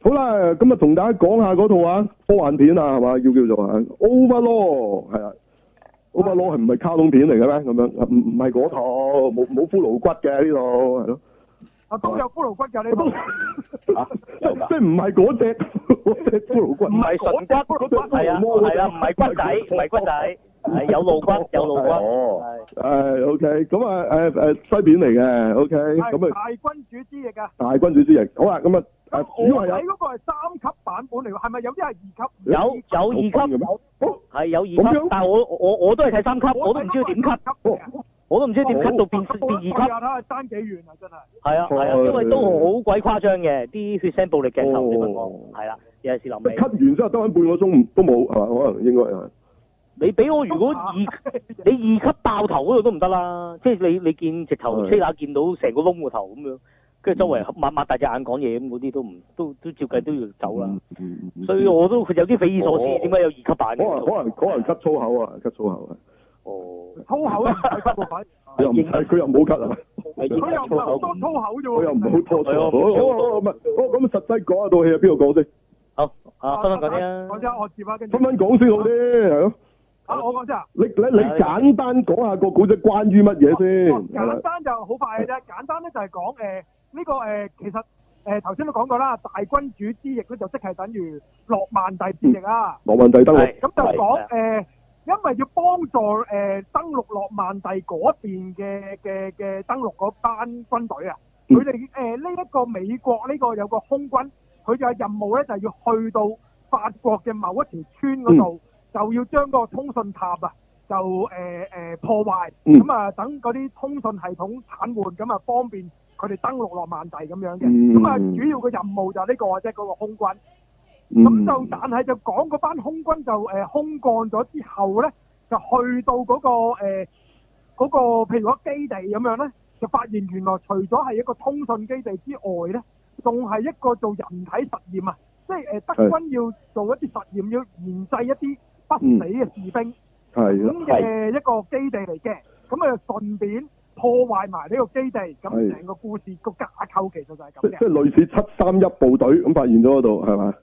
好啦，咁啊，同大家講下嗰套啊科幻片啊，係嘛，要叫做啊 Overlord 係啊，Overlord 係唔係卡通片嚟嘅咩？咁樣唔唔係嗰套，冇冇骷髏骨嘅呢度係咯，啊都有骷髏骨㗎，你講 啊即即唔係嗰只嗰隻骷髏骨，唔係純骨，嗰隻骷係啊髏魔嗰隻係啊，唔係骨仔，唔係骨仔，係有露骨，有露骨，哦係誒 OK，咁啊誒誒西片嚟嘅 OK，咁啊大君主之役㗎。大君主之役，好啦，咁啊咁誒主要我係睇有嗰個係三級版本嚟喎，係咪有啲係二級？有有分嘅二級咩，哦係有二咁級樣，但係我我我都係睇三級，我都唔知佢點級，我都唔知點哦級到變變二級，睇下爭幾遠啊！真係。係啊係啊，因為都好鬼誇張嘅，啲血腥暴力鏡頭你問我，係啦，尤其是臨尾， cut 完之後得翻半個鐘都冇係嘛？可能應該係。你俾我如果二。你二級爆頭嗰度都唔得啦，即係你你見直頭係吹打見到成個窿個頭咁樣，跟住周圍擘擘大隻眼講嘢咁嗰啲都唔都都照計都要走啦。嗯，嗯所以我都佢有啲匪夷所思，哦點解有二級版可能嘅？可能可能 cut 粗口啊，cut 粗口啊，哦，粗口 啊！佢又唔係佢又冇 cut 啊，係佢又二唔級粗係好口。多粗口啫喎。佢又唔好拖係啊長。好好好，唔係，好咁啊實際講下套戲係邊個講先？好，啊，分分講啲講啊。先，我接啊，跟住分。分講先好啲，係咯。啊，我講先啊。你你你簡單講下個古仔關於乜嘢先？係哦簡啦，單就好快嘅啫，簡單咧就係講誒呢個誒、呃其實誒頭先都講過啦，大君主之役咧就即係等於諾曼第之役啊，羅曼蒂德喎咁係就講誒、係呃因為要幫助誒、呃登陸諾曼第嗰邊嘅嘅嘅登陸嗰班軍隊啊，嗯佢哋誒呢一個美國呢個有個空軍，佢就有任務咧就係要去到法國嘅某一條村嗰度，就要將個通訊塔啊。就誒誒、呃破壞，嗯咁啊、等嗰啲通訊系統癱瘓，咁啊方便佢哋登陸落曼第咁樣嘅。嗯咁啊、主要嘅任務就係呢、個或者嗰個空軍。咁嗯就但係就講嗰班空軍就誒、呃空降咗之後咧，就去到嗰、個誒嗰、個譬如個基地咁樣咧，就發現原來除咗係一個通訊基地之外咧，仲係一個做人體實驗啊！即係誒、呃德係軍要做一啲實驗，要研製一啲不死嘅士兵。嗯係啦，咁嘅一個基地嚟嘅，咁啊順便破壞埋呢個基地，係咁成個故事個架構其實就係即咁即嘅，類似七三一部隊咁發現咗嗰度係嘛？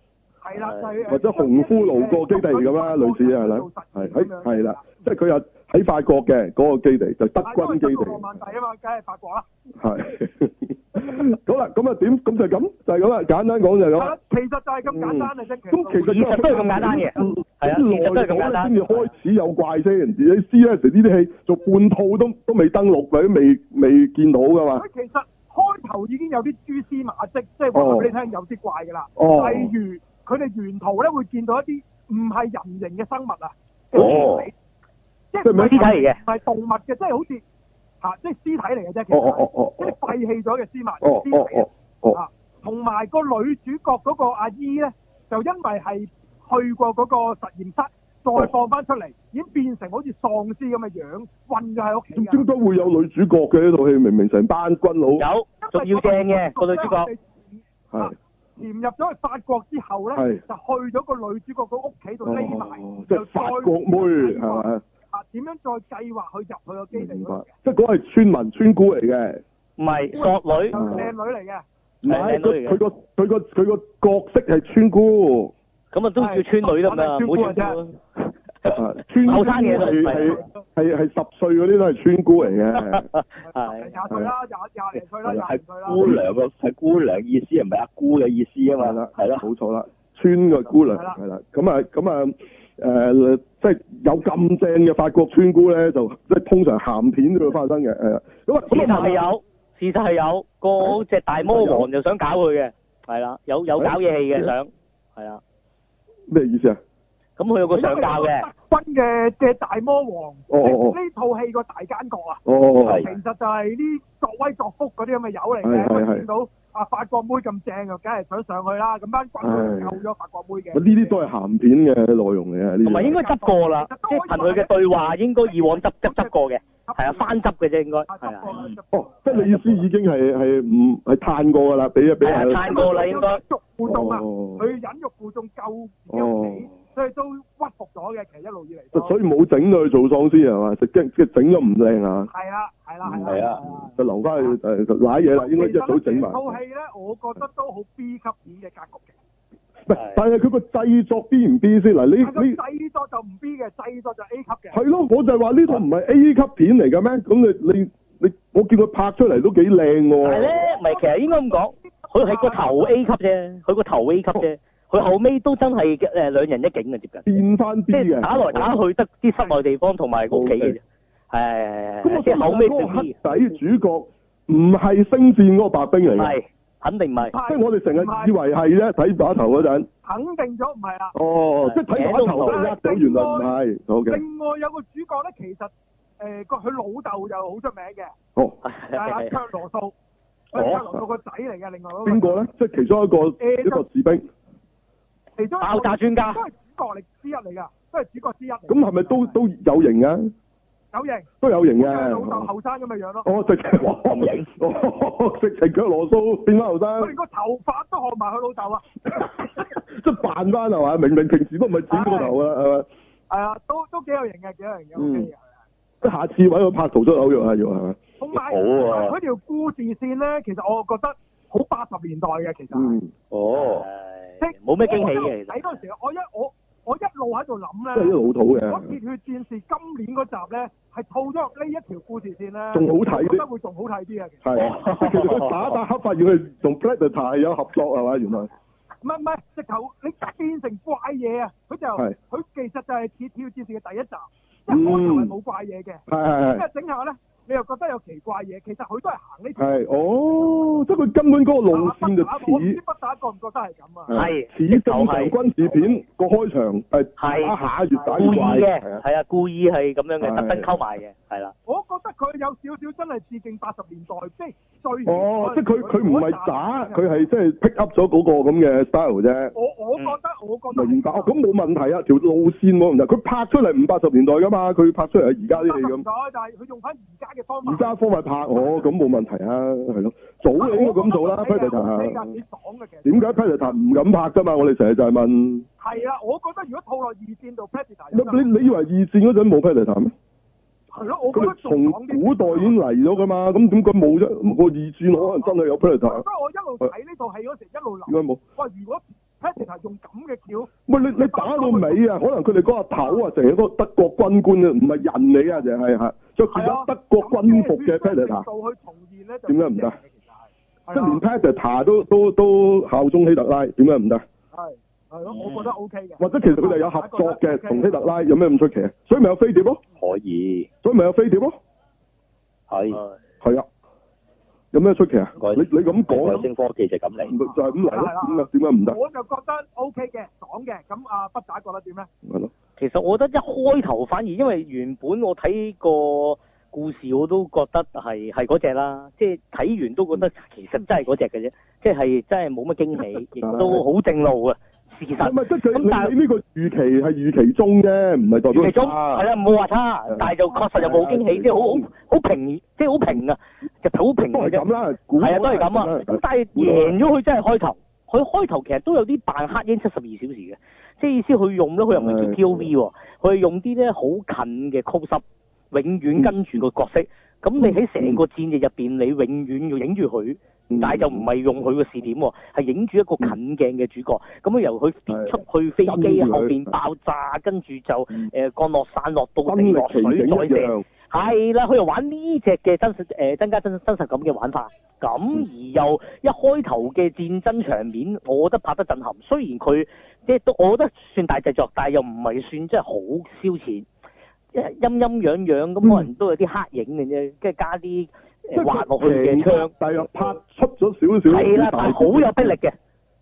係啦，係就係或者紅骷髏個基地咁啦，類似係啦，係喺係啦，即係佢又喺法國嘅嗰個基地，就德軍基因為德國地，曼帝啊嘛，梗係法國啦。係。 好啦，咁啊點？咁就係咁，就係咁啦。簡單講就係咁係啦啦。，其實就係咁簡單嘅啫。啊嗯咁其實其實都係咁簡單嘅係啊其實都係咁簡單先至開始有怪先。你知咧，成呢啲戲做半套都都未登陸，或者未未見到噶嘛佢。其實開頭已經有啲蛛絲馬跡，即係話俾你聽有啲怪㗎啦。哦例如佢哋沿途咧會見到一啲唔係人形嘅生物啊，哦，即係即係唔係屍體嚟嘅唔係動物嘅，即係好似嚇，即係屍體嚟嘅啫。其哦實哦哦哦即係廢棄咗嘅屍物，哦屍哦體哦啊哦，啊，同埋個女主角嗰個阿姨咧，就因為係去過嗰個實驗室，再放翻出嚟，已經變成好似喪屍咁嘅樣，困咗喺屋企咁㗎點。解會有女主角嘅呢套戲？明明成班軍佬有，啊仲要正嘅個女主角。係潛入咗去法國之後咧，係就去咗個女主角個屋企度匿埋哦，即就係法國妹係咪？咪？啊，點樣再計劃去入去個基地明嗰白度嘅？，即係嗰個係村民村姑嚟嘅，唔係索女就，靚女嚟嘅，唔係係靚女嚟佢佢嘅個佢個佢個角色係村姑，咁啊都叫村女啦嘛，係冇村姑啊啦。村姑 後生嘢就係唔係係。係係十歲嗰啲都係村姑嚟嘅，廿 係。歲啦，廿廿零歲啦，廿係零歲啦。姑娘個係姑娘意思，唔係阿姑嘅意思啊係嘛啦，，係啦，冇錯啦，村嘅姑娘係啦係啦，咁啊咁啊誒，即係有咁正嘅法國村姑咧，就即係通常鹹片都會發生嘅，係啦，咁啊事實咁啊係有，事實係有，個只大魔王就想搞佢嘅，係啦，有有搞嘢戲嘅想，係啊，咩意思啊？咁佢有個上教嘅，德軍嘅嘅大魔王，哦哦哦呢套戲個大奸角啊，哦，其係實就係啲作威作福嗰啲咁嘅友嚟係嘅，係因係為見到啊法國妹咁正，就梗係想上去啦。咁班軍係就救咗法國妹嘅。呢啲都係鹹片嘅內容嚟嘅，呢同埋應啲該執過啦，即係憑佢嘅對話，應該以往執執執過嘅，係啊，翻執嘅啫應該，啊係執過啊，啦執過哦，即係你意思已經係係唔係嘆過㗎啦，俾一俾係啊人嘆過啦應該忍辱負重啊！哦佢忍辱負重救哦屋企，所以都屈服咗嘅。其實一路以嚟都所以冇整到佢做喪屍係嘛？即係即係整咗唔靚啊，係啦，係啦，係係啊啦。就留呃翻去誒就賴嘢啦，應該一早整埋。套戲咧，我覺得都好 B 級片嘅格局嘅。唔係係，但係佢個製作 B 唔 B 先嗱？但個你你啊製作就唔 B 嘅，製作就 A 級嘅。係咯，我就係話呢套唔係 A 級片嚟嘅咩？咁你你你，我見佢拍出嚟都幾靚喎。但係咧，唔係其實應該咁講，佢係個頭 A 級啫，佢個頭 A 級啫，佢後尾都真係誒兩人一景嘅接近，變翻 B 即係嘅，打來打去得啲室內地方同埋屋企嘅啫，係係咁我係即係想後問尾嗰個先黑知，仔主角唔係星戰嗰個白冰嚟嘅，係肯定唔 係，即係我哋成日以為係啫，睇打頭嗰陣。肯定咗唔係啊啦。哦，即係睇打頭都呃到，原來唔係。好嘅，另外有個主角咧，其實誒個佢老豆就好出名 嘅，哦，係阿卓羅素，佢卓羅素個仔嚟嘅，另外嗰個邊個咧？即係其中一個一個士兵，其中一個爆炸專家都係主角嚟之一嚟㗎，都係主角之一嚟㗎。咁係咪都都有型啊嘅？有型？都有型佢老豆嘅。後生咁嘅樣咯，哦，直情哇唔型，哦直情腳羅蘇變翻後 佢連生，個頭髮都學埋佢老豆啊！ 即係扮翻係嘛？明明平時都唔係剪個頭啊，係嘛？係啊，都都幾有型嘅，幾有型嘅嗯，OK 啊嘅。即係下次揾佢拍逃出紐約啊，要係嘛？同埋好啊佢條故事線咧，其實我覺得好八十年代嘅，其實係嗯，哦，即係係冇咩驚喜我一路嘅其睇實，嗰陣時，我一我我一路喺度諗即係咧，啲老土嗰嘅《鐵。血戰士》今年嗰集咧係套咗入呢一條故事線咧，仲好睇啲我覺得會仲好睇啲啊！其實係，其實佢打打黑發現佢同 Predator 有合作係嘛？原來唔係唔係，直頭你變成怪嘢啊！佢就係佢其實就係《鐵血戰士》嘅第一集，一開頭係冇怪嘢嘅，係係即係整下咧，你又覺得有奇怪嘢，其實佢都係行呢條係係，哦，即係佢根本嗰個路線就打不打我唔知似不打覺唔覺得係咁啊？係似正常軍事片個開場係係打下越打故越意怪，嘅，係啊係啊，故意係咁樣嘅，係特登溝埋嘅，係啦，我覺得佢有少少真係致敬八十年代，即係最哦，即係佢佢唔係打，佢係即係 pick up 咗嗰個咁嘅 style 啫。我我覺得我覺得哦明白，咁冇問題啊，條路線冇問題。佢拍出嚟五八十年代噶嘛，佢拍出嚟係而家啲戲咁，咗，但係佢用翻而家嘅方法。而家方法拍我咁冇問題啊，係咯，早就應該啊咁做啦，Predator。幾爽嘅其實。點解 Predator 唔敢拍㗎嘛？我哋成日就係問，你係啦，我覺得如果套落二戰度 Predator 你你以為二戰嗰陣冇 Predator 咩？係咯，我覺佢得哋從古代已啊經嚟咗㗎嘛，咁點解冇啫？個二戰可能真係有所 Predator，以我一路睇呢套戲嗰時一路點諗，解冇？哇！如果 Predator 用咁嘅橋，喂，你你打到尾啊，可能佢哋嗰個頭啊，成日嗰個德國軍官啊，唔係人嚟啊，就係嚇着住啊咗德國軍服嘅 Predator，到去重現咧就點解唔得？即係啊連係啊 Predator 都都都效忠希特拉，點解唔得？係係咯，我覺得 OK 嘅。嗯或者其實佢哋有合作嘅，同希特拉有咩咁出奇啊？所以咪有飛碟咯，可以，所以咪有飛碟咯，係係係啊，有咩出奇啊？改你你咁講外星科技就咁嚟，就係咁啊嚟係啦咯，點解點解唔得？我就覺得 O K 嘅，爽嘅。咁啊，北打覺得點咧？係咯。其實我覺得一開頭反而因為原本我睇個故事我都覺得係係嗰只啦，即係睇完都覺得其實真係嗰只嘅啫，即係真係冇乜驚喜，亦都好正路啊，事唔係實唔。係，即係咁但佢係你你呢個預期係預期中啫，唔係代表啊其佢中差係啊啦，冇話差係，但係就確實就冇驚喜，即係好好好平，即係好平啊，其實好平都係嘅啫咁。啦，估係啊，都係咁啊。咁但係贏咗佢真係開頭，佢開頭其實都有啲扮黑鷹七十二小時嘅，即係意思佢用咗佢又唔係叫係 POV 喎，佢係用啲咧好近嘅 close up，永遠跟住個角色。咁你喺成個戰役入邊，你永遠要影住佢，嗯但係就唔係用佢個視點喎，係影住一個近鏡嘅主角。咁啊由佢跌出去飛跟機住佢後邊爆炸，跟住就嗯誒降落傘落到身地歷落其水境再一射。樣，係啦，佢又玩呢只嘅真實誒、呃增加真真實感嘅玩法，咁嗯而又一開頭嘅戰爭場面，我覺得拍得震撼。雖然佢即係都，我覺得算大製作，但係又唔係算真係好燒錢，即係陰陰樣樣咁，可能都有啲黑影嘅啫，跟住加啲即係誒滑落去嘅槍，但係又拍出咗少少，係啦，但係好有逼力嘅。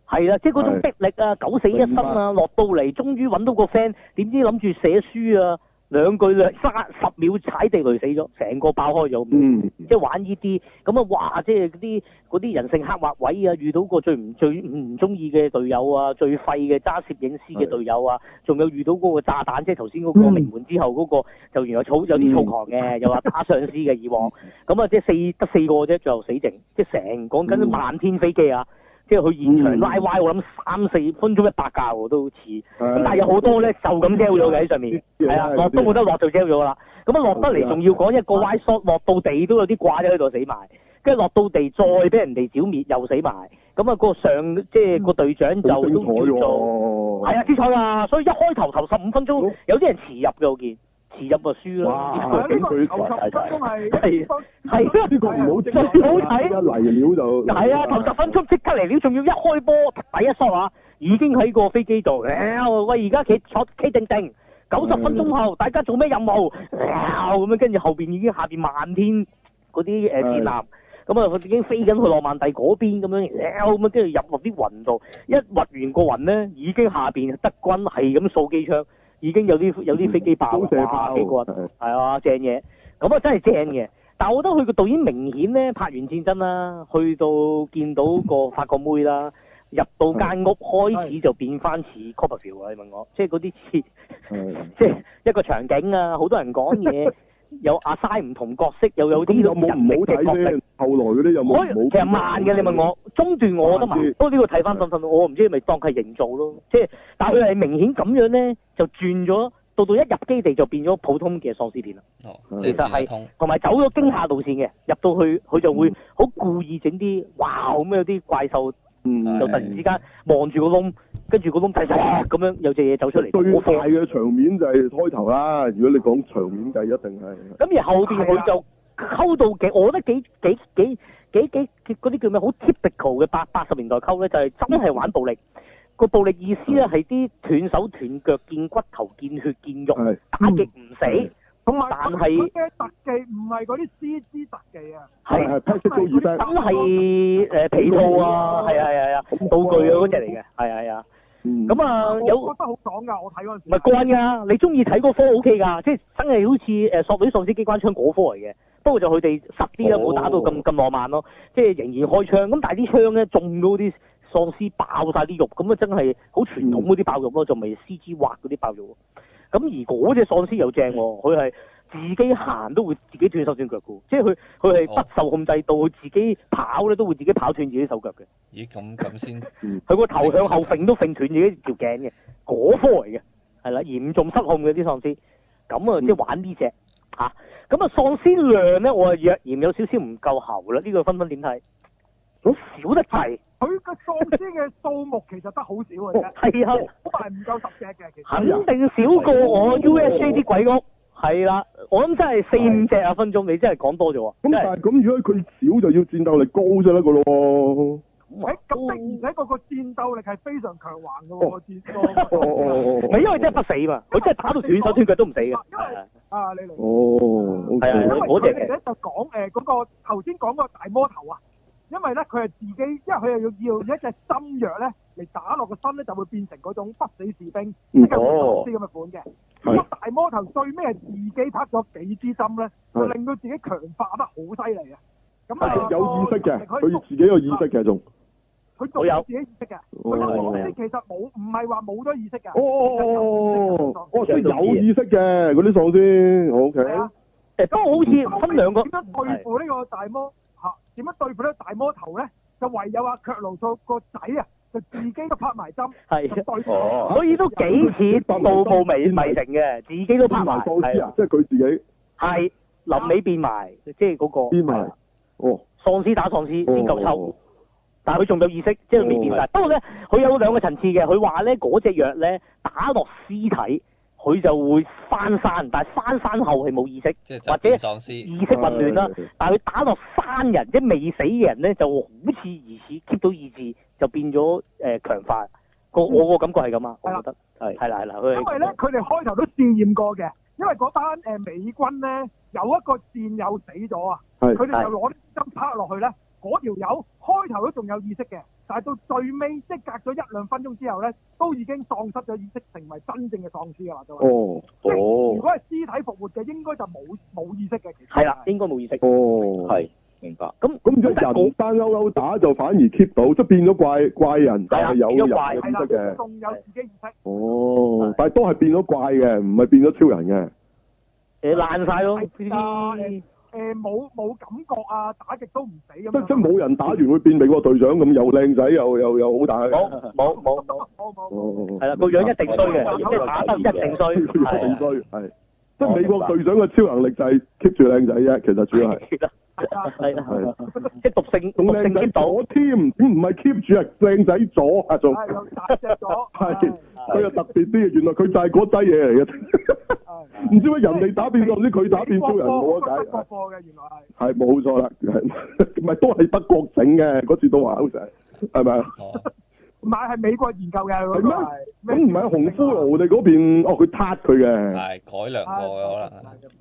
係啦，即係嗰種係逼力啊，九死一生啊，落到嚟終於揾到個 friend，點知諗住寫書啊，兩句兩三十秒踩地雷死咗，成個爆開咗咁樣。嗯，即係玩呢啲，咁啊哇！即係嗰啲嗰啲人性刻畫位啊，遇到個最唔最唔中意嘅隊友啊，最廢嘅揸攝影師嘅隊友啊，仲有遇到嗰個炸彈，即係頭先嗰個嗯名門之後嗰、個，就原來草有啲躁狂嘅，又話打上司嘅以往，嗯咁啊即係四得四個啫，最後死剩，即係成講緊嗯漫天飛機啊！即係佢現場嗯拉歪，我諗三四分鐘一百架喎，都似。咁咁但係有好多咧就咁 gel 咗嘅喺上面，係啊啦，啊落都啊啊冇得落就 gel 咗啦。咁啊落得嚟仲要講一個 Y shot 落到地都有啲掛咗喺度死埋，跟住落到地再俾人哋剿滅，又死埋。咁啊，個上即係個隊長就嗯好精彩都叫做。喎。係啊，精彩㗎！所以一開頭頭十五分鐘好，有啲人遲入嘅，我見遲入就輸哇啦。啊呢個佢頭十分鐘係係係啊呢個唔好精最好睇一嚟料就係啊，頭十分鐘即刻嚟料，仲要一開波第一 shot 啊，已經喺個飛機度。喵喂，而家企坐企定定，九嗯十分鐘後大家做咩任務？喵咁樣跟住後邊已經下邊漫天嗰啲誒係戰艦。咁啊，佢已經飛緊去浪漫帝嗰邊咁樣，哎喵咁樣跟住入落啲雲度，一滑完個雲咧，已經下邊德軍係咁掃機槍，已經有啲有啲飛機爆，啊都射哇炮幾過癮！係係啊，正嘢，咁啊真係正嘅。但係我覺得佢個導演明顯咧，拍完戰爭啦，去到見到個法國妹啦，入到間屋開始就變翻似 Copperfield 啊！你問我，即係嗰啲似， 係即係一個場景啊，好多人講嘢， 有阿晒唔同角色，又有咁啲有冇唔人力好嘅角睇色先？。後來嗰啲有冇唔我好睇？其實慢嘅，你問我中段我覺得慢慢啲，不過呢個睇翻分分，我唔知係咪當佢係營造咯，即係但係佢係明顯咁樣咧，就轉咗到到一入基地就變咗普通嘅喪屍片啦。哦，嗯即其實係係通，同埋走咗驚嚇路線嘅，入到去佢就會好故意整啲哇咁樣有啲怪獸嗯係就突然之間望住個窿，跟住個窿睇睇咁樣有隻嘢走出嚟，最好大快。嘅場面就係開頭啦。如果你講場面就一定係咁然後後邊佢就溝到幾，我覺得幾幾幾幾幾幾嗰啲叫咩好 typical 嘅八八十年代溝咧，就係、真係玩暴力。個暴力意思咧係啲斷手斷腳、見骨頭、見血、見肉，係打極唔死，嗯同埋但佢係佢嘅特技唔係嗰啲 C G 特技啊，嗯係係 practical 真係真 effect。係誒皮套啊，係啊係啊係啊，道具啊嗰只嚟嘅，係啊係啊。嗯咁啊有我覺得好爽㗎，我睇嗰陣時。唔係過癮㗎，你中意睇嗰科 O K 㗎，即係真係好似誒索女喪屍機關槍嗰科嚟嘅。不過就佢哋實啲啦，哦冇打到咁咁浪漫咯，即係仍然開槍。咁但係啲槍咧中到啲喪屍爆晒啲肉，咁啊真係好傳統嗰啲爆肉咯，就咪 C G 畫嗰啲爆肉。咁而嗰只喪屍又正喎，佢係自己行都會自己斷手斷腳㗎，即係佢佢係哦不受控制到，佢自己跑咧都會自己跑斷自己手腳嘅。咦咁咁先，佢個頭向後揈都揈斷自己條頸嘅，嗰科嚟嘅，係啦，嚴重失控嘅啲喪屍，咁啊嗯即係玩呢只嚇，咁啊喪屍量咧，我啊若然有少少唔夠喉啦，呢、個分分點睇，好少得滯，佢個喪屍嘅數目其實得好少 嘅啫，係啊，好埋唔夠十隻嘅其實。肯定少過我 USJ 啲鬼屋，係啦，我諗真係四五隻啊分鐘，你真係講多咗咁但喎，係咁，如果佢少就要戰鬥力高啫啦，個咯。誒咁哦的而且個個戰鬥力係非常強橫嘅喎，個哦 哦戰哦唔係因為真係不死嘛，佢真係打到斷手斷腳都唔死嘅，係啊啊，你嚟。哦，哦，係啊因為係啊我佢哋哋咧就講誒嗰個頭先講個大魔頭啊，因為咧佢係自己，因為佢又要要一隻針藥咧嚟打落個身咧，就會變成嗰種不死士兵，即係喪屍咁嘅款嘅。咁個大魔頭最尾係自己拍咗幾支針咧，就令到自己強化得好犀利啊！咁啊，哦有意識嘅，佢佢自己有意識嘅仲。佢仲有自己意識嘅，佢哦喪屍其實冇唔係話冇咗意識嘅。哦哦哦哦，哦，即係有意識嘅嗰啲喪屍，O K。係啊。誒不過好似分兩個啊點。樣對付呢個大魔嚇？點樣對付呢個大魔頭咧？就唯有啊阿卻奴做個仔啊，就自己都拍埋針，係就對付哦所以都幾似步步迷迷城嘅，自己都拍變埋埋，喪係屍啦啊！即係佢自己係臨尾變埋，即係嗰個變埋。哦，喪屍打喪屍先夠抽哦，但係佢仲有意識，即係未變晒。不過咧，佢有兩個層次嘅，佢話咧嗰隻藥咧打落屍體，佢就會翻山，但係翻山後係冇意識，即係或者就變喪屍，意識混亂啦係係係。但係佢打落山人，即係未死嘅人咧，就好似疑似 keep 到意志，就變咗誒強化。個我個感覺係咁啊，我覺得係係啦係啦，佢係因為咧，佢哋開頭都試驗過嘅，因為嗰班誒美軍咧有一個戰友死咗啊，係佢哋就攞啲針拍落去咧，嗰條友開頭都仲有意識嘅，但係到最尾即係隔咗一兩分鐘之後咧，都已經喪失咗意識，成為真正嘅喪屍啊！就話哦如哦，果係屍體復活嘅，應該就冇冇意識嘅。其實係啦，應該冇意識。哦。係明白。咁咁即係人單勾勾打就反而 keep 到，即係變咗怪怪啊人，但係有人嘅係啊意啦，識嘅。仲有自己意識。哦，但係都係變咗怪嘅，唔係變咗超人嘅。誒爛哦晒咯，係啊誒誒冇冇感覺啊，打極都唔死咁即樣。即係冇人打完會變美國隊長咁，又靚仔又又又好大嘅。冇冇冇冇，冇冇冇。哦，係啦，個樣一定衰嘅，即係打得一定衰，佢 係衰啊係，即係美國隊長嘅超能力就係 keep 住靚仔啫，其實主要係。係啦係啦係啦係，即係毒性仲毒性靚仔啲到，咗添，唔係 keep 住係靚仔咗啊，仲係又大隻咗， 係係佢又特別啲，原來佢就係嗰劑嘢嚟嘅， 係唔知點解人哋打變咗，唔知佢打變超人冇啊得美國 解，貨嘅原來係，係冇錯啦，係唔係都係德國整嘅嗰次都話好似係係咪啊？哦，唔係係美國研究嘅嗰個係係咁唔係紅骷髏哋嗰邊，哦佢撻佢嘅。係改良過嘅可能，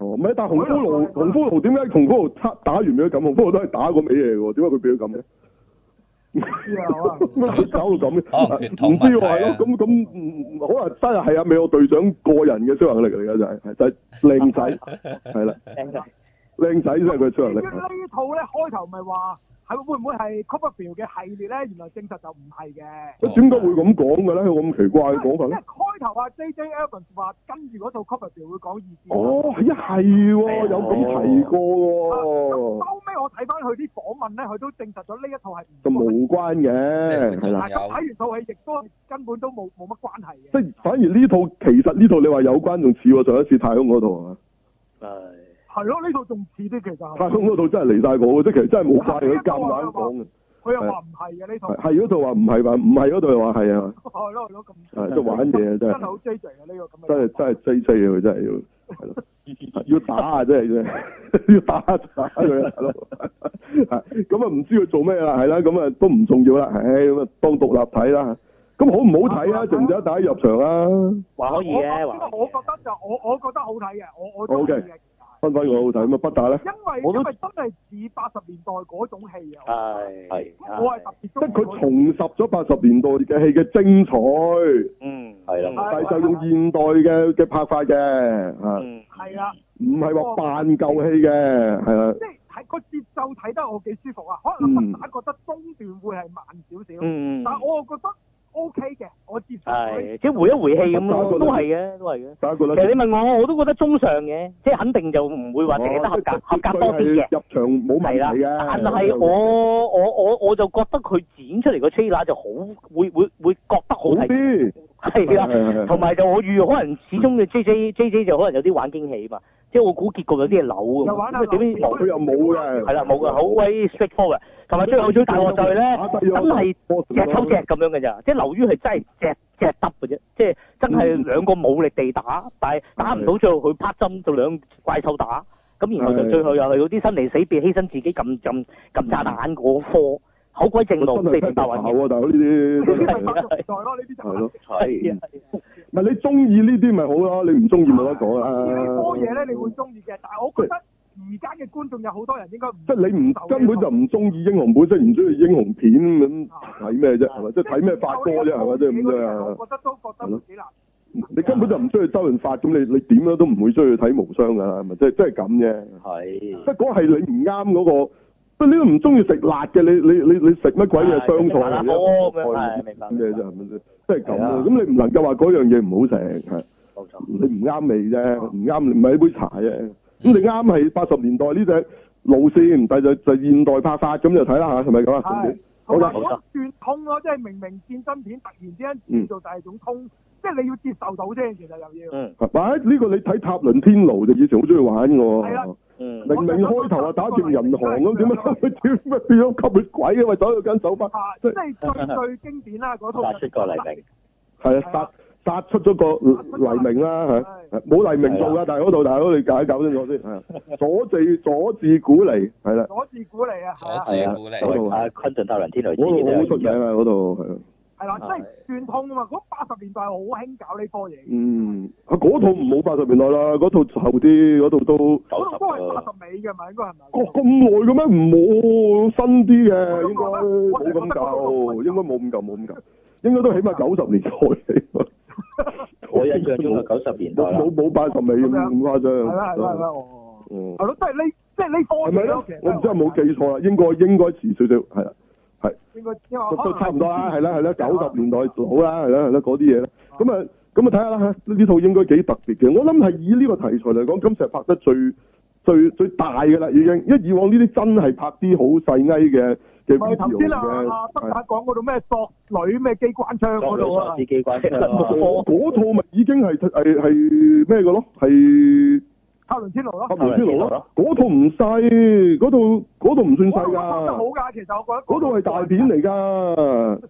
哦，唔係，但係紅骷髏，紅骷髏點解紅骷髏打打完變咗咁？紅骷髏都係打個尾嚟嘅喎，點解佢變咗咁 嘅？知啊可能佢搞到 咁可能嘅血，唔統知喎，哦問題係啊咯，咁咁嗯唔唔可能真係係啊！美國隊長個人嘅超能力嚟嘅就係係就係靚 仔，係啦，靚仔靚仔先係佢嘅超能力至。 哦於呢套咧開頭咪話係會唔會係 Copperfield 嘅系列咧？原來證實就唔係嘅。佢點解會咁講嘅咧？有咁奇怪嘅講法 因為咧？開頭啊 J.J. Evans 話跟住嗰套 Copperfield 會講二戰。哦，係啊，係喎，有咁提啊。過咁 喎，收尾我睇翻佢啲訪問咧，佢都證實咗呢一套係就唔同嘅無關嘅，係啦但。係咁睇完套戲，亦都係根本都冇冇乜關係即嘅。係反而呢套其實呢套你話有關仲似喎上一次太空嗰套係嘛？唉，係咯，呢套仲似啲其實。太空嗰度真係離晒我嘅，即係其實真係冇怪佢夾硬講嘅。佢又話唔係嘅呢套係。係嗰度話唔係話唔係嗰度話係啊，係咯係咯咁。係都玩嘢啊真真係係好 J.J. 嘅呢個咁嘅。真係真係追追佢真係要係咯，要打啊真係真係 要打打佢啊大佬。係咁啊唔知佢做咩啦，係啦咁啊都唔重要啦，唉咁啊當獨立睇啦。咁好唔好睇啊？值唔值得大家入場啊？話可以嘅，話我覺得就我我覺得好睇嘅，我我中 OK 意嘅。分分我好睇，咁啊不打咧，因為我都因為真係似八十年代嗰種戲啊，係係咁我係特別即中係意佢嗰種。重拾咗八十年代嘅戲嘅精彩。嗯係啦但係就用現代嘅嘅拍法嘅，嚇，嗯係啦，唔係話扮舊戲嘅，係啦即，係係個節奏睇得我幾舒服啊。可能嗯阿伯覺得中段會係慢少少，嗯，但係我又覺得 O K 嘅，我接受佢。係即係回一回氣咁咯，都係嘅，都係嘅。大家覺其得實你問我，我都覺得中上嘅，即係肯定就唔會話淨係得合格，合格多啲嘅。入場冇問係啦題嘅，，但係我我我我就覺得佢剪出嚟個 trailer 就好，會會會覺得好好睇，啲，係係係啦係，同埋就我預可能始終嘅 J J J J 就可能有啲玩驚喜嘛，即係我估結局有啲嘢扭又咁，玩下咁點知樓冇佢又冇嘅，係啦冇噶，好鬼 straightforward 嘅，同埋最後最大鑊就係咧，真係隻嗯抽隻咁樣嘅咋，即係流於係真係隻隻耷嘅啫，即係真嗯係兩個武力地打，但係打唔到最後佢拍針就兩怪獸打，咁然後就係最後又係嗰啲生離死別犧牲自己撳撳撳炸彈嗰科，好鬼正真路四係平聽八到穩口啊！嘅，大佬呢啲呢真啲咪係 八十年代咯，呢啲就係咯，啊係唔係你中意呢啲咪好咯，你唔中意咪冇得講呢科嘢啦。咧，你會中意嘅。但係我覺得而家嘅觀眾有好多人應該唔即係你唔受呢根本就套唔中意英雄本身，唔中意英雄片咁睇咩啫，係咪？即係睇咩發哥啫，係咪？即係咁啫係咪我覺得都覺得幾難。你根本就唔需要周潤發，咁你你點樣都唔會需要睇無雙㗎啦，係咪？即係即係咁啫。係不過係你唔啱嗰個，你都唔中意食辣嘅，你你你你食乜鬼啊嘢啊雙菜嚟啫？哦咁樣係啊明白咁嘢啫，係咪先？即係咁係咯啊。咁你唔能夠話嗰樣嘢唔好食，係冇錯，你唔啱味啫，唔啱你唔係一杯茶啫。咁你啱係八十年代呢隻路線，但就就現代拍法咁就睇啦嚇，係咪咁啊？重點係，同埋嗰段通咯，即係明明戰爭片，突然之間轉做第二種通，即係你要接受到先，其實又要。嗯啊喂，呢個你睇《塔倫天奴》就以前好中意玩嘅係啦喎。嗯明明開頭啊打劫銀行咁，點解點解變咗吸血鬼嘅？咪走去間酒吧，啊，即即係係最最經典啦，嗰套。殺出個黎明，係啊殺殺出咗個黎明啦嚇，係啊冇黎明做㗎，但係嗰啊度大佬你搞一搞清楚先，係啊佐治佐治古尼係啦，佐治古嚟啊，係啊，係啊古力，我阿昆頓塔倫天雷自嗰己度都好有出印名象，啊，嗰度係啊，係啦，即係轉通啊嘛，嗰八十年代好興搞呢科嘢，嗯，啊嗰套唔冇八十年代啦，嗰套後啲，嗰套都。嗰九十套都係八個十尾嘅嘛，應該係咪？哦，咁耐嘅咩？唔冇新啲嘅，應該冇咁舊，應該冇咁舊，冇咁舊，應該都起碼九十年代嚟。我印象中係九十年代啦，冇冇八十尾咁咁誇張。係啦係啦係啦，哦，哦係咯，即係呢，即係呢科係咪嘢咧咯，其實？我唔知有冇記錯啦，應該應該遲少少，係啦，係應該因為都都差唔多啊啦，係啦係啦，九十年代到啦，係啦係啦嗰啲嘢啦，哦咁啊咁啊睇下啦嚇，呢套應該幾特別嘅，我諗係以呢個題材嚟講，今次係拍得最最最大嘅啦已經，因為以往呢啲真係拍啲好細埃嘅嘅咪 video 頭先啊，阿北嘅。打講嗰度咩索女咩機關槍嗰度啊索，女機關槍哦嗰套咪已經係係係咩嘅咯？係塔倫天奴咯《合聯天奴》啊咯，嗰套唔細，嗰套嗰套唔算細嗰套拍得好㗎，㗎，其實我嗰覺得套係大片嚟㗎，